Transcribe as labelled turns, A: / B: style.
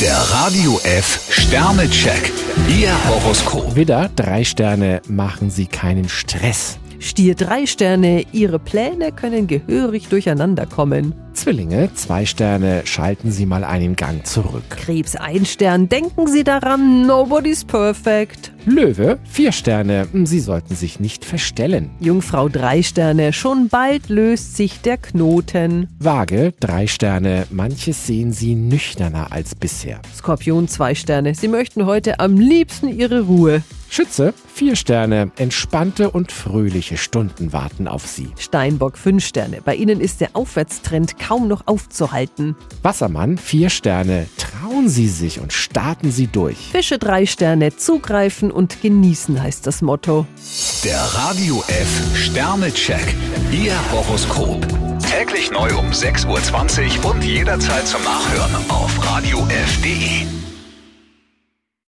A: Der Radio F Sternecheck. Ihr Horoskop.
B: Widder, drei Sterne, machen Sie keinen Stress.
C: Stier drei Sterne, Ihre Pläne können gehörig durcheinander kommen.
B: Zwillinge, zwei Sterne, schalten Sie mal einen Gang zurück.
C: Krebs ein Stern, denken Sie daran, nobody's perfect.
B: Löwe, vier Sterne, hm, Sie sollten sich nicht verstellen.
C: Jungfrau drei Sterne, schon bald löst sich der Knoten.
B: Waage, drei Sterne, manches sehen Sie nüchterner als bisher.
C: Skorpion zwei Sterne, Sie möchten heute am liebsten Ihre Ruhe.
B: Schütze, vier Sterne, entspannte und fröhliche Stunden warten auf Sie.
C: Steinbock fünf Sterne, bei Ihnen ist der Aufwärtstrend kaum noch aufzuhalten.
B: Wassermann, vier Sterne, trauen Sie sich und starten Sie durch.
C: Fische drei Sterne, zugreifen und genießen heißt das Motto.
A: Der Radio F Sternecheck. Ihr Horoskop. Täglich neu um 6.20 Uhr und jederzeit zum Nachhören auf Radio